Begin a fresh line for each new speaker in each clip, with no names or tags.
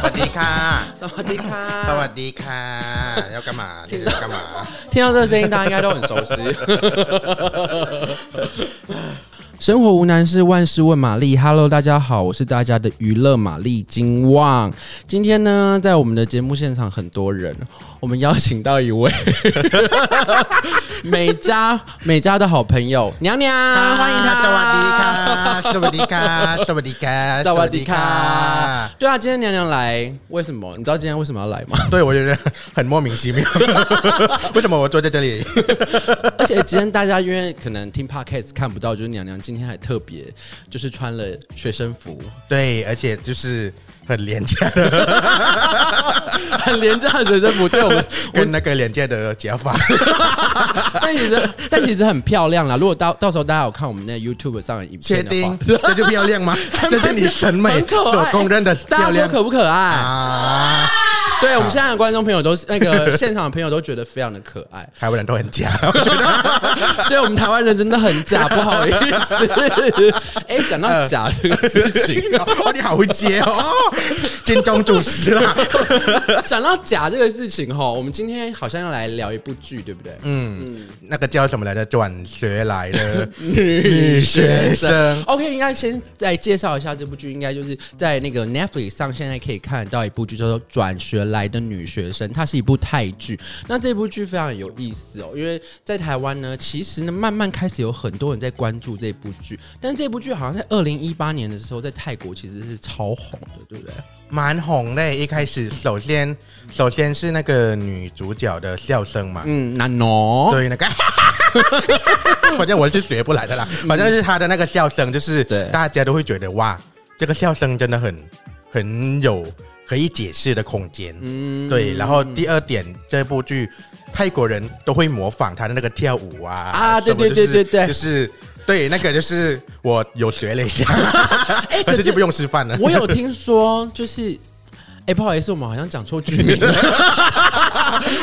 สวัสดีค่ะ
สวัสดีค่ะ
สวัสดีค่ะ要干嘛？你要干嘛？
听到这个声音，大家应该都很熟悉。 生活无难事，万事问玛丽。Hello，大家好，我是大家的娱乐玛丽金旺。今天呢，在我们的节目现场，很多人，我们邀请到一位 美嘉美嘉的好朋友娘娘，欢迎她，
สวัสดีค่ะสวัสดีค่ะสวัสดีค่ะ
萨瓦迪卡。对啊，今天娘娘来，为什么？你知道今天为什么要来吗？
对，我觉得很莫名其妙，为什么我坐在这里？
而且今天大家因为可能听 podcast 看不到，就是娘娘今天还特别就是穿了学生服，
对，而且就是很廉价的，
很廉价的学生服，对我们，
跟那个廉价的假发。
但其实但其实很漂亮啦。如果到到时候大家有看我们那 YouTube 上的影
确
片的
定，
话
这就漂亮吗？这是你审美
很可爱
所公认的
大
漂
家说
亮
可不可爱？
啊！
对我们现在的观众朋友都是那 个现场的朋友都觉得非常的可爱，
台湾人都很 假，
对我们台湾人真的很假，不好意 思。哎，讲到假这个事情，
哦，你好会接哦，金钟主持啊啦。
讲到假这个事情哈，我们今天好像要来聊一部剧，对不对？
嗯，那个叫什么来着？转学来 的女学生。
OK，应该先再介绍一下这部剧，应该就是在那个 Netflix 上现在可以看得到一部剧叫做《转学来的女学生》，它是一部泰剧。那这部剧非常有意思哦，因为在台湾呢，其实呢慢慢开始有很多人在关注这部剧，但是这部剧好像在二零一八年的时候在泰国其实是超红的，对不对？
蛮红的。一开始，首先首先是那个女主角的笑声嘛，
嗯，那 no，
对那个。 反正我是学不来的啦，反正是她的那个笑声，就是
嗯对
大家都会觉得哇，这个笑声真的很很有可以解释的空间。
嗯
对，然后第二点，这部剧泰国人都会模仿他的那个跳舞啊
啊
什么
对对
就是
对对对
就是对那个就是我有学了一下， 但
哎
是就不用吃饭了。
我有听说就是。哎、不好意思，我们好像讲错剧名了。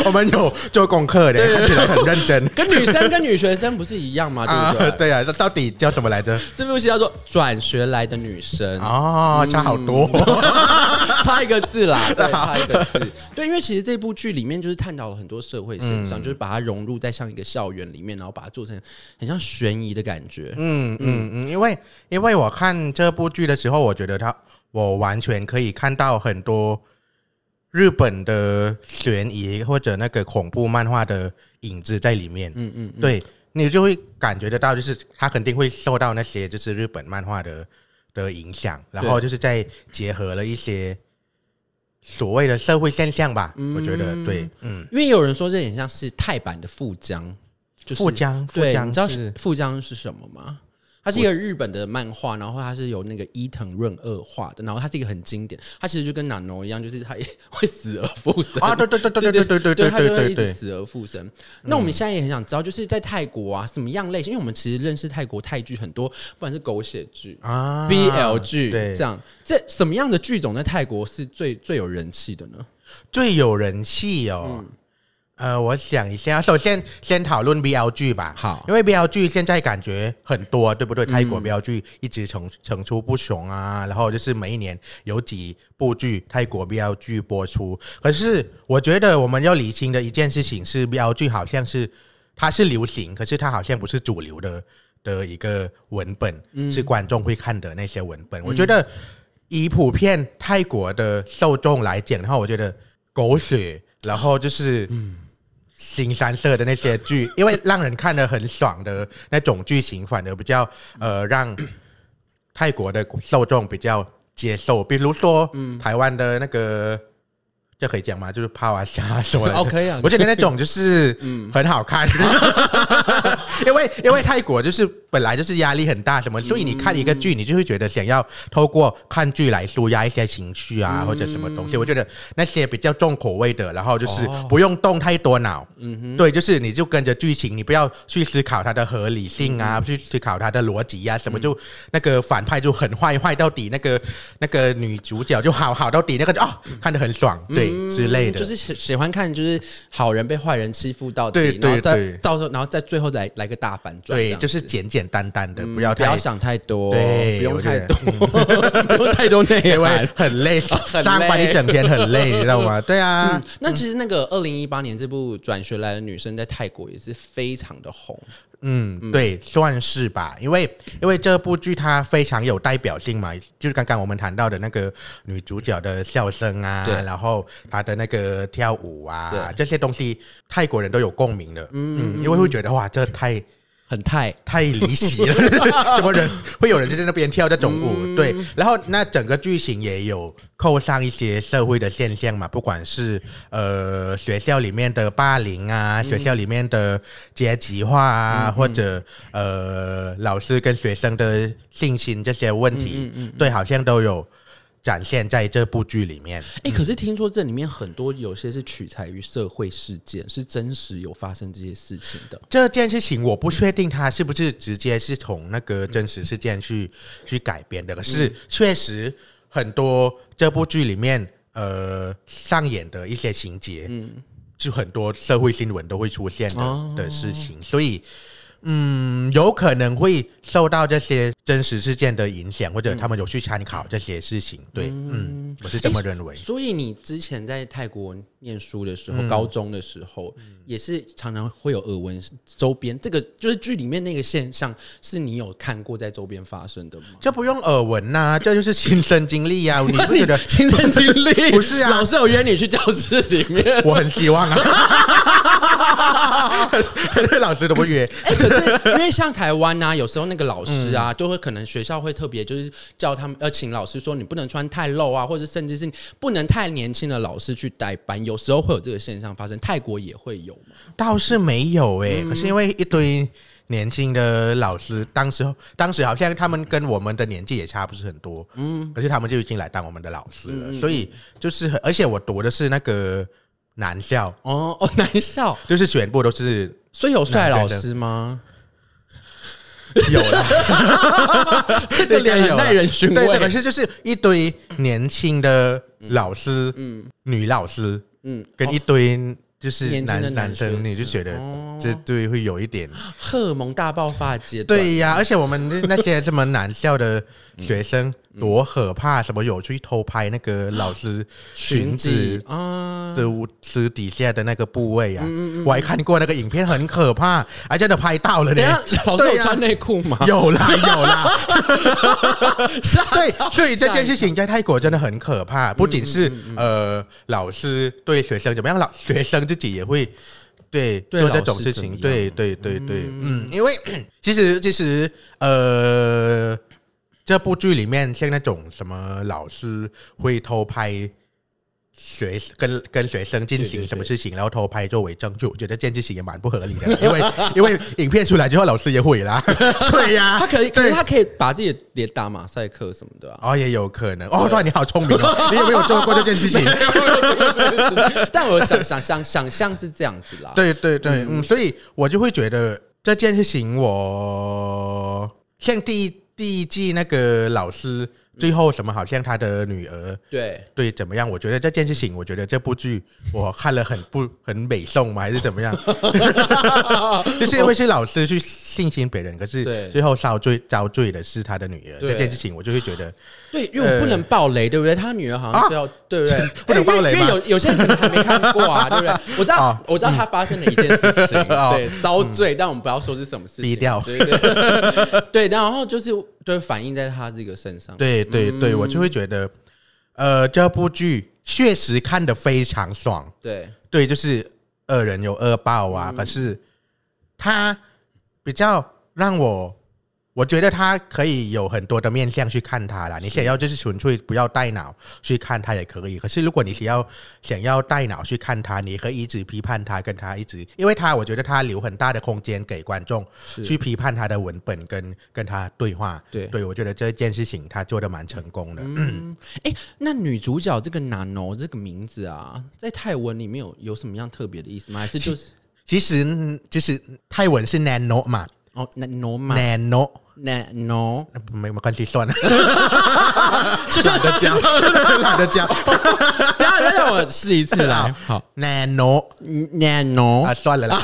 我们有做功课的，看起来很认真
跟女生跟女学生不是一样吗？对
啊
不对？。
对啊，这到底叫什么来着？
这部戏叫做《转学来的女生》
哦，差好多。
差一个字 啦，对，差一个字。对，因为其实这部剧里面就是探讨了很多社会现
嗯
象，就是把它融入在像一个校园里面，然后把它做成很像悬疑的感觉。
嗯嗯嗯，因为因为我看这部剧的时候，我觉得它我完全可以看到很多日本的悬疑或者那个恐怖漫画的影子在里面。嗯嗯，对你就会感觉得到，就是它肯定会受到那些就是日本漫画的的影响，然后就是再结合了一些所谓的社会现象吧。我觉得对，嗯，
因为有人说这很像是泰版的富江，就是
富江富
对，
江
你知道
是
富江是什么吗？它是一个日本的漫画，然后它是由那个伊藤润二画的，然后它是一个很经典，它其实就跟哪诺一样，就是它也 会死而复生
啊，对对对对对对对对
他就会
对
一直
对，嗯
死而复生。那我们现在也很想知道，就是在泰国啊，什么样类型？因为我们其实认识泰国泰剧很多，不管是狗血剧、
啊
BL 剧
对
这样，这什么样的剧种在泰国是最最有人气的呢？
最有人气哦。呃，我想一下，首先先讨论 BL 剧吧。
好
因为 BL 剧现在感觉很多，对不对？泰国 BL 剧一直层层出不穷啊，然后就是每一年有几部剧泰国 BL 剧播出。可是我觉得我们要理清的一件事情是，BL 剧好像是它是流行，可是它好像不是主流的的一个文本，是观众会看的那些文本。我觉得以普遍泰国的受众来讲的话，我觉得狗血，然后就是新三色的那些剧，因为让人看得很爽的那种剧情，反而比较呃让泰国的受众比较接受。比如说，台湾的那个。这可以讲吗？就是帕瓦虾什么的
OK 啊
我觉得那种就是很好看， 因为因为泰国就是本来就是压力很大，什么，所以你看一个剧，你就会觉得想要透过看剧来舒压一些情绪啊，
嗯
或者什么东西。我觉得那些比较重口味的，然后就是
哦嗯
不用动太多脑，对，就是你就跟着剧情，你不要去思考它的合理性啊，
嗯
去思考它的逻辑啊，什么就那个反派就很坏，坏到底，那个那个女主角就好好到底，那个就哦看得很爽，对，对之类的，
嗯就是喜喜欢看就是好人被坏人欺负到底，
对对
然后再
对
到时候然后再最后再来个大反转这
对，
样子，
就是简简单单的，不要
嗯不
太
要想太多，
对
不用
我觉
太
得
多， 不用太多内
因
涵
为。很累，
很
上班
累
一整天很累，你知道 吗？对啊，
嗯那其实那个二零一八年这部《转学来的女生》在泰国也是非常的红，
嗯，对，算是吧，因为因为这部剧它非常有代表性嘛，就是刚刚我们谈到的那个女主角的笑声啊
对，
然后她的那个跳舞啊，
对
这些东西泰国人都有共鸣的，嗯，因为会觉得哇，这太
很泰。
太离奇了， 怎么人会有人在那边跳这种舞？对，然后那整个剧情也有扣上一些社会的现象嘛，不管是呃学校里面的霸凌啊，学校里面的阶级化啊，或者呃老师跟学生的性侵这些问题，对，好像都有展现在这部剧里面。
哎、可是听说这里面很多有些是取材于社会事件，是真实有发生这些事情的。
这件事情我不确定它是不是直接是从那个真实事件去去改编的，可是确实很多这部剧里面呃上演的一些情节，嗯，就很多社会新闻都会出现的、
哦
的事情，所以。嗯，有可能会受到这些真实事件的影响，或者他们有去参考这些事情。对，嗯，我是这么认为。
所以你之前在泰国念书的时候，高中的时候，也是常常会有耳闻周边这个，就是剧里面那个现象，是你有看过在周边发生的吗？
这不用耳闻呐、这就是亲身经历 呀、你不觉得
亲身经历
不是啊
老师有约你去教室里面。
我很希望啊，老师都不约，
哎、可是因为像台湾啊，有时候那个老师啊，就会可能学校会特别就是叫他们要请老师说你不能穿太露啊，或者甚至是你不能太年轻的老师去代班，有时候会有这个现象发生，泰国也会有嘛。
倒是没有诶、
嗯
可是因为一堆年轻的老师，当时候当时好像他们跟我们的年纪也差不是很多，嗯，可是他们就已经来当我们的老师了，
嗯
所以就是很，而且我读的是那个男校，
哦哦，难笑。
就是全部都是
所以有帅老师吗？
有了，
这
对
个脸很耐人寻味。
对，对可是就是一堆年轻的老师，嗯，女老师，嗯，
嗯
哦跟一堆就是
年轻
男
的男
男
学
生，你哦就
生
觉得这对会有一点。
荷尔蒙大爆发的阶段，，
对呀、而且我们那些这么男校的学生 多可怕，什么有去偷拍那个老师裙子嗯
啊，
的私底下的那个部位啊，我还看过那个影片，很可怕，还真的拍到了呢
等一。下老师
对
有
呀
穿内裤吗？
有啦有啦，对，所以这
吓
件事情在泰国真的很可怕，不仅
嗯
是呃老师对学生怎么样，老学生自己也会对
对
做这
老
种
师
事
怎么
情，
样
对对对对，嗯，因为其实其实呃这部剧里面像那种什么老师会偷拍。学跟跟学生进
对对
行
对
什么事情，然后偷拍作为证据，我觉得这件事情也蛮不合理的， 因为因为影片出来之后，老师也毁了， 对呀、
他可以，可
对
是他可以把自己的脸打马赛克什么的 啊。
哦，也有可能哦。对，你好聪明哦！你有没有做过这件事情？
但我想想想想象是这样子啦。
对对对，嗯，所以我就会觉得这件事情我，像第一第一季那个老师，最后什么好像他的女儿
对，
对怎么样？我觉得这件事情，我觉得这部剧我看了很不很美颂嘛，还是怎么样？ 就是因为是老师去性侵别人，可
对
是最后遭罪遭罪的是他的女儿。
对
这件事情，我就会觉得
对，因为我不能爆雷，对不对？他女儿好像是要，对不对？
呃啊
哎
不能爆雷
因为因为
吗
有有些人可能还没看过啊，对不对？我知道
哦，
我知道他发生了一件事情，
哦
对，遭罪，但我们不要说是什么事情，
低调
对对对 对，然后就是就反映在他这个身上，
对对
嗯
对，我就会觉得，呃，这部剧确实看得非常爽。
对
对，就是恶人有恶报啊，
嗯
可是它比较让我。我觉得它可以有很多的面向去看它啦。你想要就是纯粹不要带脑去看它也可以，可是如果你想要想要带脑去看它，你可以一直批判它，跟它一直，因为它我觉得它留很大的空间给观众
是
去批判他的文本跟跟他对话。
对
对我觉得这件事情他做的蛮成功的。
哎、那女主角这个 Nano 这个名字啊，在泰文里面 有有什么样特别的意思吗？还是就是
其实其实泰文是 nano 嘛，
哦，nano 嘛
Nano，
，nano，
没没关系， 算了，
就是
懒 得讲，懒得讲
等一下，再让我试一次 来。好
Nano
，nano，
啊，算了 啦，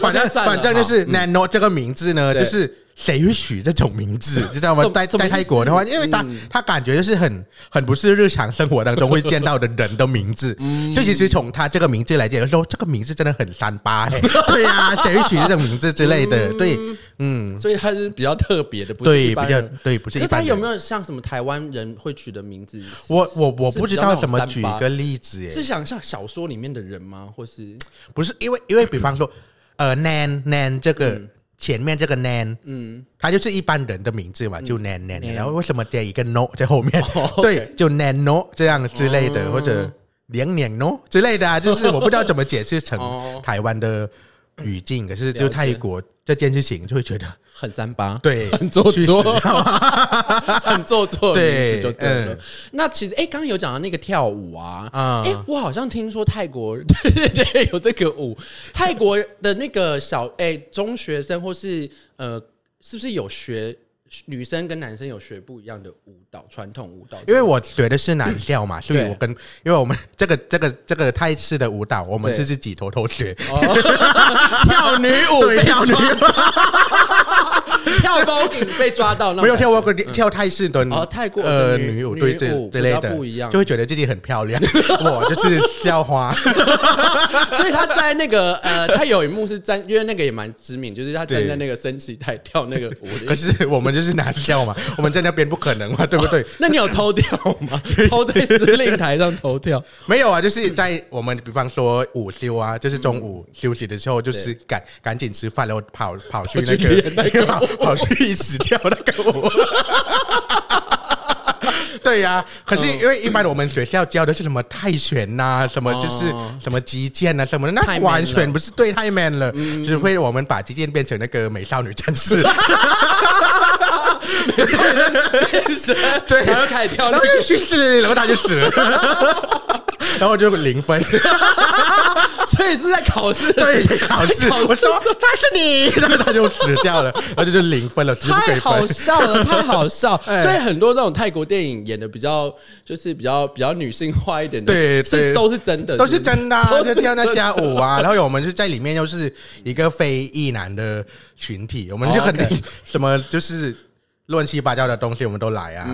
反正
那算了
反正就是 Nano 这个名字呢，
Oh. 对
就是谁会取这种名 字，知道吗？
怎么
在
怎么嗯
在泰国的话，因为他他感觉就是很很不是日常生活当中会见到的人的名字，
嗯
所以其实从他这个名字来讲，说这个名字真的很三八 欸，对啊，谁会取这种名字之类的，对，嗯，
所以它是比较特别的，不是
对，
一般
比较
人。
对，不是
可
一
是它
般
有
人
没。有像什么台湾人会取的名字？
我我我不知道怎么
是
举
比较那种三八
个例子耶，
是想像小说里面的人吗？或是
不是因为 因为比方说，呃，nan nan 这个、
嗯
前面这个 nan，嗯，它就是一般人的名字嘛，就 nan nan，、
嗯 Nan
然后为什么加一个 no 在后面？
哦 ，OK 哦
对，就 nan no 这样之类的，或者两两 no 之类的啊， 就是我不知道怎么解释
哦
成台湾的语境，可是
了
就
解
泰国这件事情就会觉得
很三八？
对
很做
去
作
死，
很做作的名字
对
就对了。
嗯
那其实，哎、刚刚有讲到那个跳舞啊，
嗯
哎、我好像听说泰国 对对对有这个舞，泰国的那个小哎、中学生或是呃，是不是有学女生跟男生有学不一样的舞蹈传统舞蹈？
因为我学的是男校嘛，所以
对
我跟因为我们这个这个这个泰式的舞蹈，我们
对
是自己偷偷学，
哦 跳女舞
对，
哦 被
跳女
跳高顶被抓到，那种
没有跳
感
过
觉
个跳泰式的
哦泰国
呃
的女
女舞
女
对
舞
这之
比
类
较
的
不一样
就会觉得自己很漂 亮，我就是校花，
哎所以他在那个呃，他有一幕是站，因为那个也蛮知名，就是他站
对
在那个升旗台跳那个舞 的。
可是我们就是男校嘛，我们在那边不可能嘛，对不对？
那你有偷跳 吗？偷在司令台上偷跳？
没有啊，就是在我们比方说午休啊，就是中午休息的时候，就是赶赶紧吃饭，然后跑跑去那
去练那
个跑 跑去一起跳那个舞。 对呀、可是因为一般我们学校教的是什么泰拳呐、什么就是
哦
什么击剑呐，什么的，
太
那
man
完全不是对太 man 了，
嗯
只会我们把击剑变成那个美少女战 士， 对
然后开始跳
然
那
后
个。
就去死，然后他就死了， 然后就零分。
所以是在考试。
对，考试，
考试
我说他是你，然后他就死掉了，然后就零分了，直接不
太
给
好
分。
笑了，太好笑！
哎
所以很多那种泰国电影演的比较，就是比较比较女性化一点的，
对
是
对
都是真的，
都是真的、啊，
都
就是跳那下舞啊，然后我们就在里面又是一个非裔男的群体，我们就
哦
很、
OK
什么就是乱七八糟的东西我们都来啊。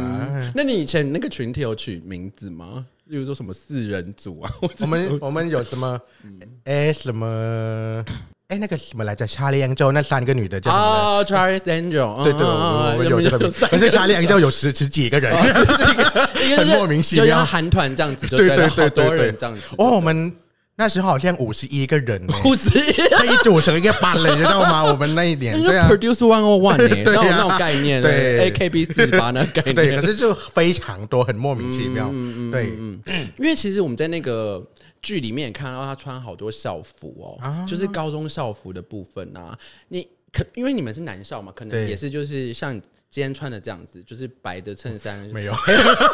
那你以前那个群体有取名字吗？例如说什么四人组啊？或者
我们我们有什么
嗯
哎、什么哎、那个什么来着？查理杨州那三个女的叫什么来着？
哦，Charles Angel，嗯
对对，我我们有这个名字，可
可
是查理杨州有 十十几个人。
啊一个
很莫名其妙
就像韩团这样子，就对了，好多人这样子。
哦，我们那时候好像五十一个 人呢、
不是，
可以组成一个班了，你知道吗？我们那一
那
年
就
对啊，
Produce One O One 哎，那
对啊
种那种概念，哎
对
AKB 四八那概
对，可
念。
是就非常多，很莫名其
嗯
妙。对，
因为其实我们在那个剧里面也看到他穿好多校服哦，
啊
就是高中校服的部分啊。你可因为你们是男校嘛，可能
对
也是就是像你今天穿的这样子，就是白的衬衫，
没有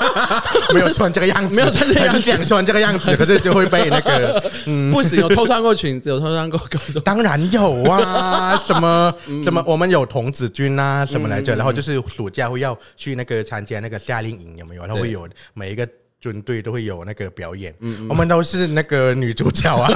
没有穿这个样子，
没有穿这个样子
很想穿这个样子，可是就会被那个。
不行，有偷穿过裙子，有偷穿过高中
当然有啊，什 么
嗯
什么，我们有童子军啊，什么来着？然后就是暑假会要去那个参加那个夏令营，有没有？然后会有每一个。军队都会有那个表演，
嗯
我们都是那个女主角 啊，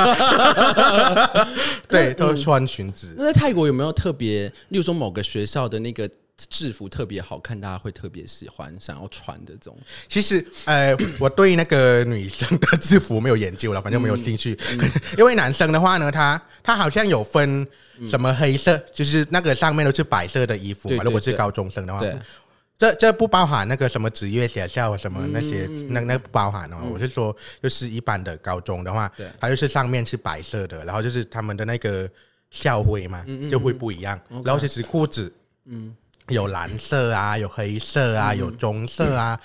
对，
嗯
都穿裙子，
那在泰国有没有特别，例如说某个学校的那个制服特别好看，大家会特别喜欢、想要穿的这种？
其实，呃， 我对那个女生的制服没有研究了，反正没有兴趣。
嗯
因为男生的话呢，他他好像有分什么黑色，就是那个上面都是白色的衣服
嗯对
嘛。
对
如果是高中生的话
对，
这这不包含那个什么职业学校什
嗯
么那些，那那不包含哦。我是说，就是一般的高中的话
对，
它就是上面是白色的，然后就是他们的那个校徽嘛，
嗯
就会不一样。然后其实裤子，有蓝色啊，有黑色
嗯
啊，有棕色啊。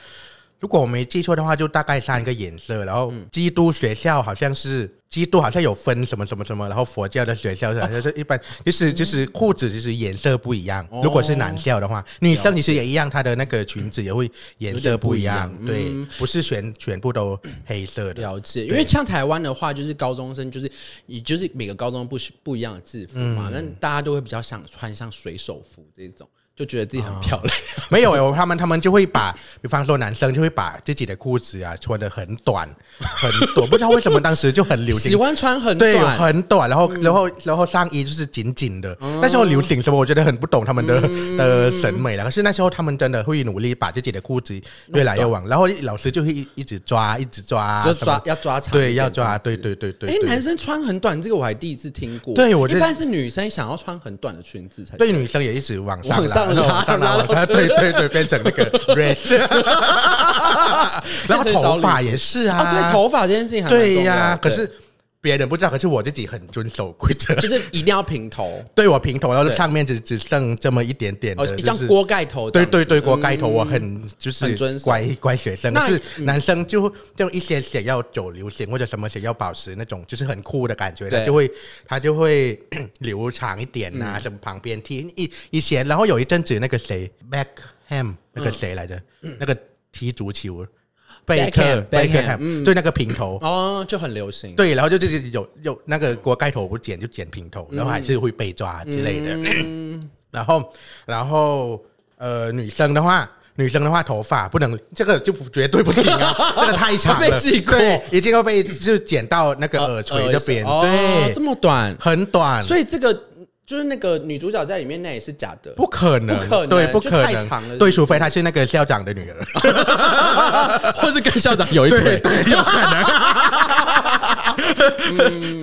如果我没记错的话，就大概三个颜色。然后基督学校好像是基督好像有分什么什么什么，然后佛教的学校好像是一般，就是就是裤子其实颜色不一样。如果是男校的话，女生其实也一样，她的那个裙子也会颜色不一样
有点不，一
对，不是全全部都黑色 的。
了解，因为像台湾的话，就是高中生就是也就是每个高中不是不一样的制服嘛，
嗯
那、大家都会比较想穿像水手服这种，就觉得自己
啊
很 漂亮。
没有、欸，他们他们就会把，比方说男生就会把自己的裤子啊穿的很短，很短，不知道为什么当时就很流行
喜欢穿很
对，
短，嗯
很短，然后、然后然后上衣就是紧紧的。
哦
那时候流行什么，我觉得很不懂他们
嗯
的、 的审美了。可是那时候他们真的会努力把自己的裤子越来越往，然后老师就会一一直抓，一直抓，
嗯就
什
抓
么
要抓长一点，
对，要抓，
这
对
样
对
子。
对对。
哎、
对
男生穿很短，这个我还第一次听过。
对我
一
这
般是女生想要穿很短的裙子才
对女生也一直往上
往上
拉，哦
拉
往上拉，
拉
往上， 对对对，变成那个 race，然后
变成小
头
女
发也是啊，
啊，对头发这件事情还蛮
对
重要
呀、
的
可是别人不知道，可是我自己很遵守规则
对。就是一定要平头，
对我平头，然后
对
上面只只剩这么一点点
哦
的，，呃就
像
是
锅盖头这
对
样子。嗯
对对，锅盖头我很就是
很遵守
乖乖学生，但
那
是男生就就一些想要走流行或者什么想要保持那种就是很酷的感觉，他
对
就会他就会 留长一点呐、
嗯
什么旁边剃一一些，然后有一阵子那个谁 Beckham 那个谁来着，那个踢足球贝克
嗯 Beckham，嗯
贝克
Beckham，
汉，对那个平头。
哦，就很流行。
对，然后就就是有有那个锅盖头不剪就剪平头，
嗯
然后还是会被抓之类的。 然后，然后呃，女生的话，女生的话头发不能，这个就不绝对不行啊， 这个太长了，
会被记过
对，一定要被就剪到那个耳垂这边，
哦
对
这，么短，
很短，
所以这个就是那个女主角在里面，那也是假的。
不可能，
不可能
对，
就
不可
太长了
能，对，除非她是那个校长的女儿，
或是跟校长有一
对
腿。
对，有可能，
嗯，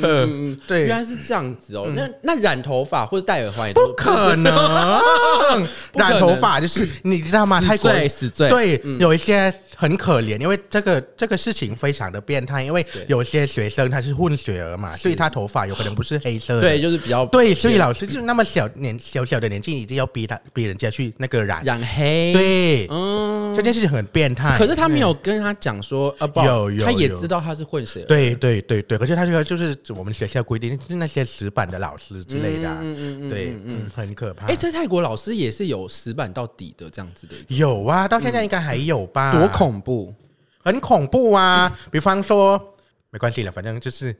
嗯
对嗯
原来是这样子哦。那那染头发或者戴耳环也都
不可 能，
不可能
染头发就是你知道吗？
死
泰国
罪死罪
对，有一些很可怜，因为这个这个事情非常的变态，因为有些学生他是混血儿嘛，所以他头发有可能不是黑色的，
对，就是比较
对，所以老师就那么小年小小的年纪，一定要逼他逼人家去那个染，
染黑。，
对，
嗯。
这件事情很变态。
可是他没有跟他讲说，呃，不好
哎有有
他也
有
知道他是混血儿。
对对对对，可是他这个就是我们学校规定，就是那些死板的老师之类的啊，对，嗯，很可怕
哎，。在泰国老师也是有死板到底的这样子的，
有啊，到现在应该还有吧？
多恐怖！
很恐怖啊！比方说，没关系了，反正就是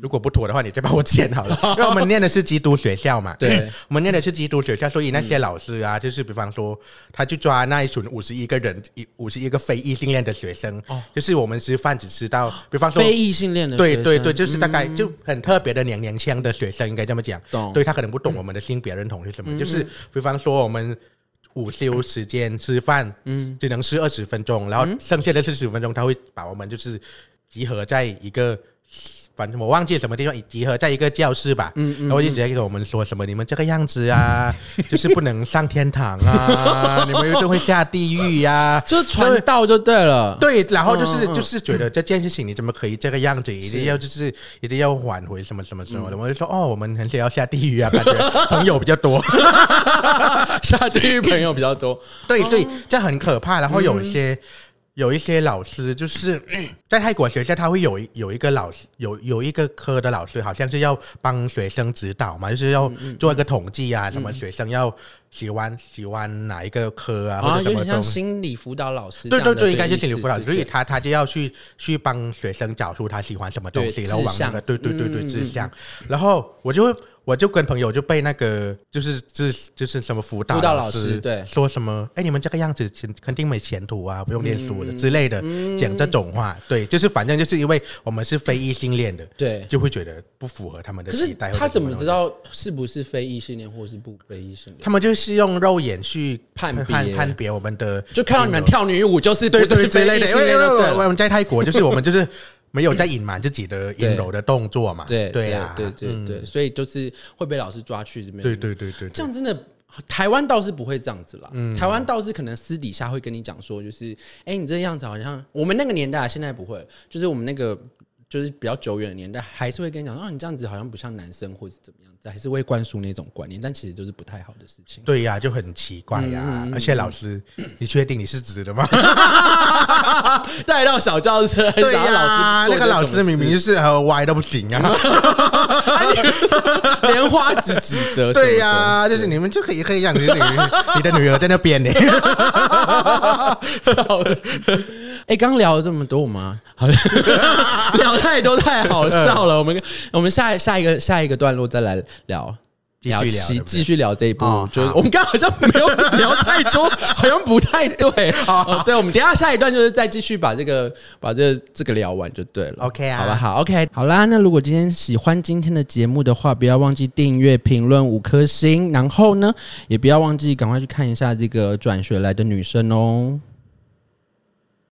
如果不妥的话，你再帮我剪好了，因为我们念的是基督学校嘛。
对，
我们念的是基督学校，所以那些老师啊，就是比方说，他去抓那一群五十一个人，一五十一个非异性恋的学生，就是我们吃饭只吃到，比方说。
非异性恋的
对
学
对
生
对，就是大概就很特别的娘娘腔的学生，应该这么讲。
懂
对他可能不懂我们的性别认同是什么，就是比方说我们。午休时间吃饭，嗯，只能吃二十分钟，然后剩下的四十分钟，他会把我们就是集合在一个，反正我忘记什么地方，集合在一个教室吧，嗯然后就直接给我们说什么你们这个样子啊，就是不能上天堂啊， 你们一定会下地狱啊呀、
就是传道就对了。
对，然后就是、就是觉得这件事情你怎么可以这个样子，一定要嗯就是一定要挽回什么什么什么的，我就说哦，我们很想要下地狱啊，感觉 朋友比较多，
下地狱朋友比 较多。
对，所以这很可怕。然后有一些、有一些老师就是 在泰国学校，他会有一有一个老师有有一个科的老师，好像是要帮学生指导嘛，就是要做一个统计啊，什么学生要喜欢喜欢哪一个科啊，
啊，
或者什
有
么
点像
东西。
心理辅导老师这
对
样的
对对，
意思。
应该是心理辅导，
对
所以他他就要去去帮学生找出他喜欢什么东西，
对
然后往那
志
个
向
对对对对
嗯
志向。然后我就会我就跟朋友就被那个就是就是就是什么辅导
辅导老
师
师对
说什么哎你们这个样子肯肯定没前途啊，不用念书了之类的，
嗯
讲这种话，对，就是反正就是因为我们是非异性恋的，
对。
就会觉得不符合他们的
可
期
是
待。
他怎么知？道是不是非异性恋或是不非异性恋？
他们就是用肉眼去
判别
判判别我们的
就看到你们跳女舞，就是
对
不
对
是
之
非
类
异
的，因
性
为
恋
因为
就
我
对了。
我们在泰国就是我们 就是没有在隐瞒自己的
对
阴柔的动作嘛，
对
对
对
呀，嗯
对对嗯对，所以就是会被老师抓去这边。
对对对对嗯
这
对，
样真的，台湾倒是不会这样子啦。台湾倒是可能私底下会跟你讲说，就是哎、诶你这样子好像我们那个年代啊，现在不会，就是我们那个就是比较久远的年代，还是会跟你讲，哦，你这样子好像不像男生，或是怎么样子，还是会灌输那种观念，但其实都是不太好的事 情。
对呀、就很奇怪
嗯
呀、而且老师，你确定你是直 的吗？
带到小教室，很
对
想
呀、
要啊老师
那
做
个
这种
老师明明 就
事
是和歪都不 行啊。
莲花指指 责，
对啊呀、就是你们就可以可以让你的女你的女儿在那边呢。
笑死！哎，刚聊了这么多，我们好像 聊太多太好笑了。我们我们下下一个下一个段落再来聊。
继续聊
其
对不对
继续聊这一部，
哦
就是
好
我们刚刚好像没有聊太多，好像不太 对。哦，对，我们等一下下一段就是再继续把这个把这这个聊完就对了。
OK 啊
好吧，好，OK，好啦。那如果今天喜欢今天的节目的话，不要忘记订阅、评论五颗星，然后呢，也不要忘记赶快去看一下这个转学来的女生哦。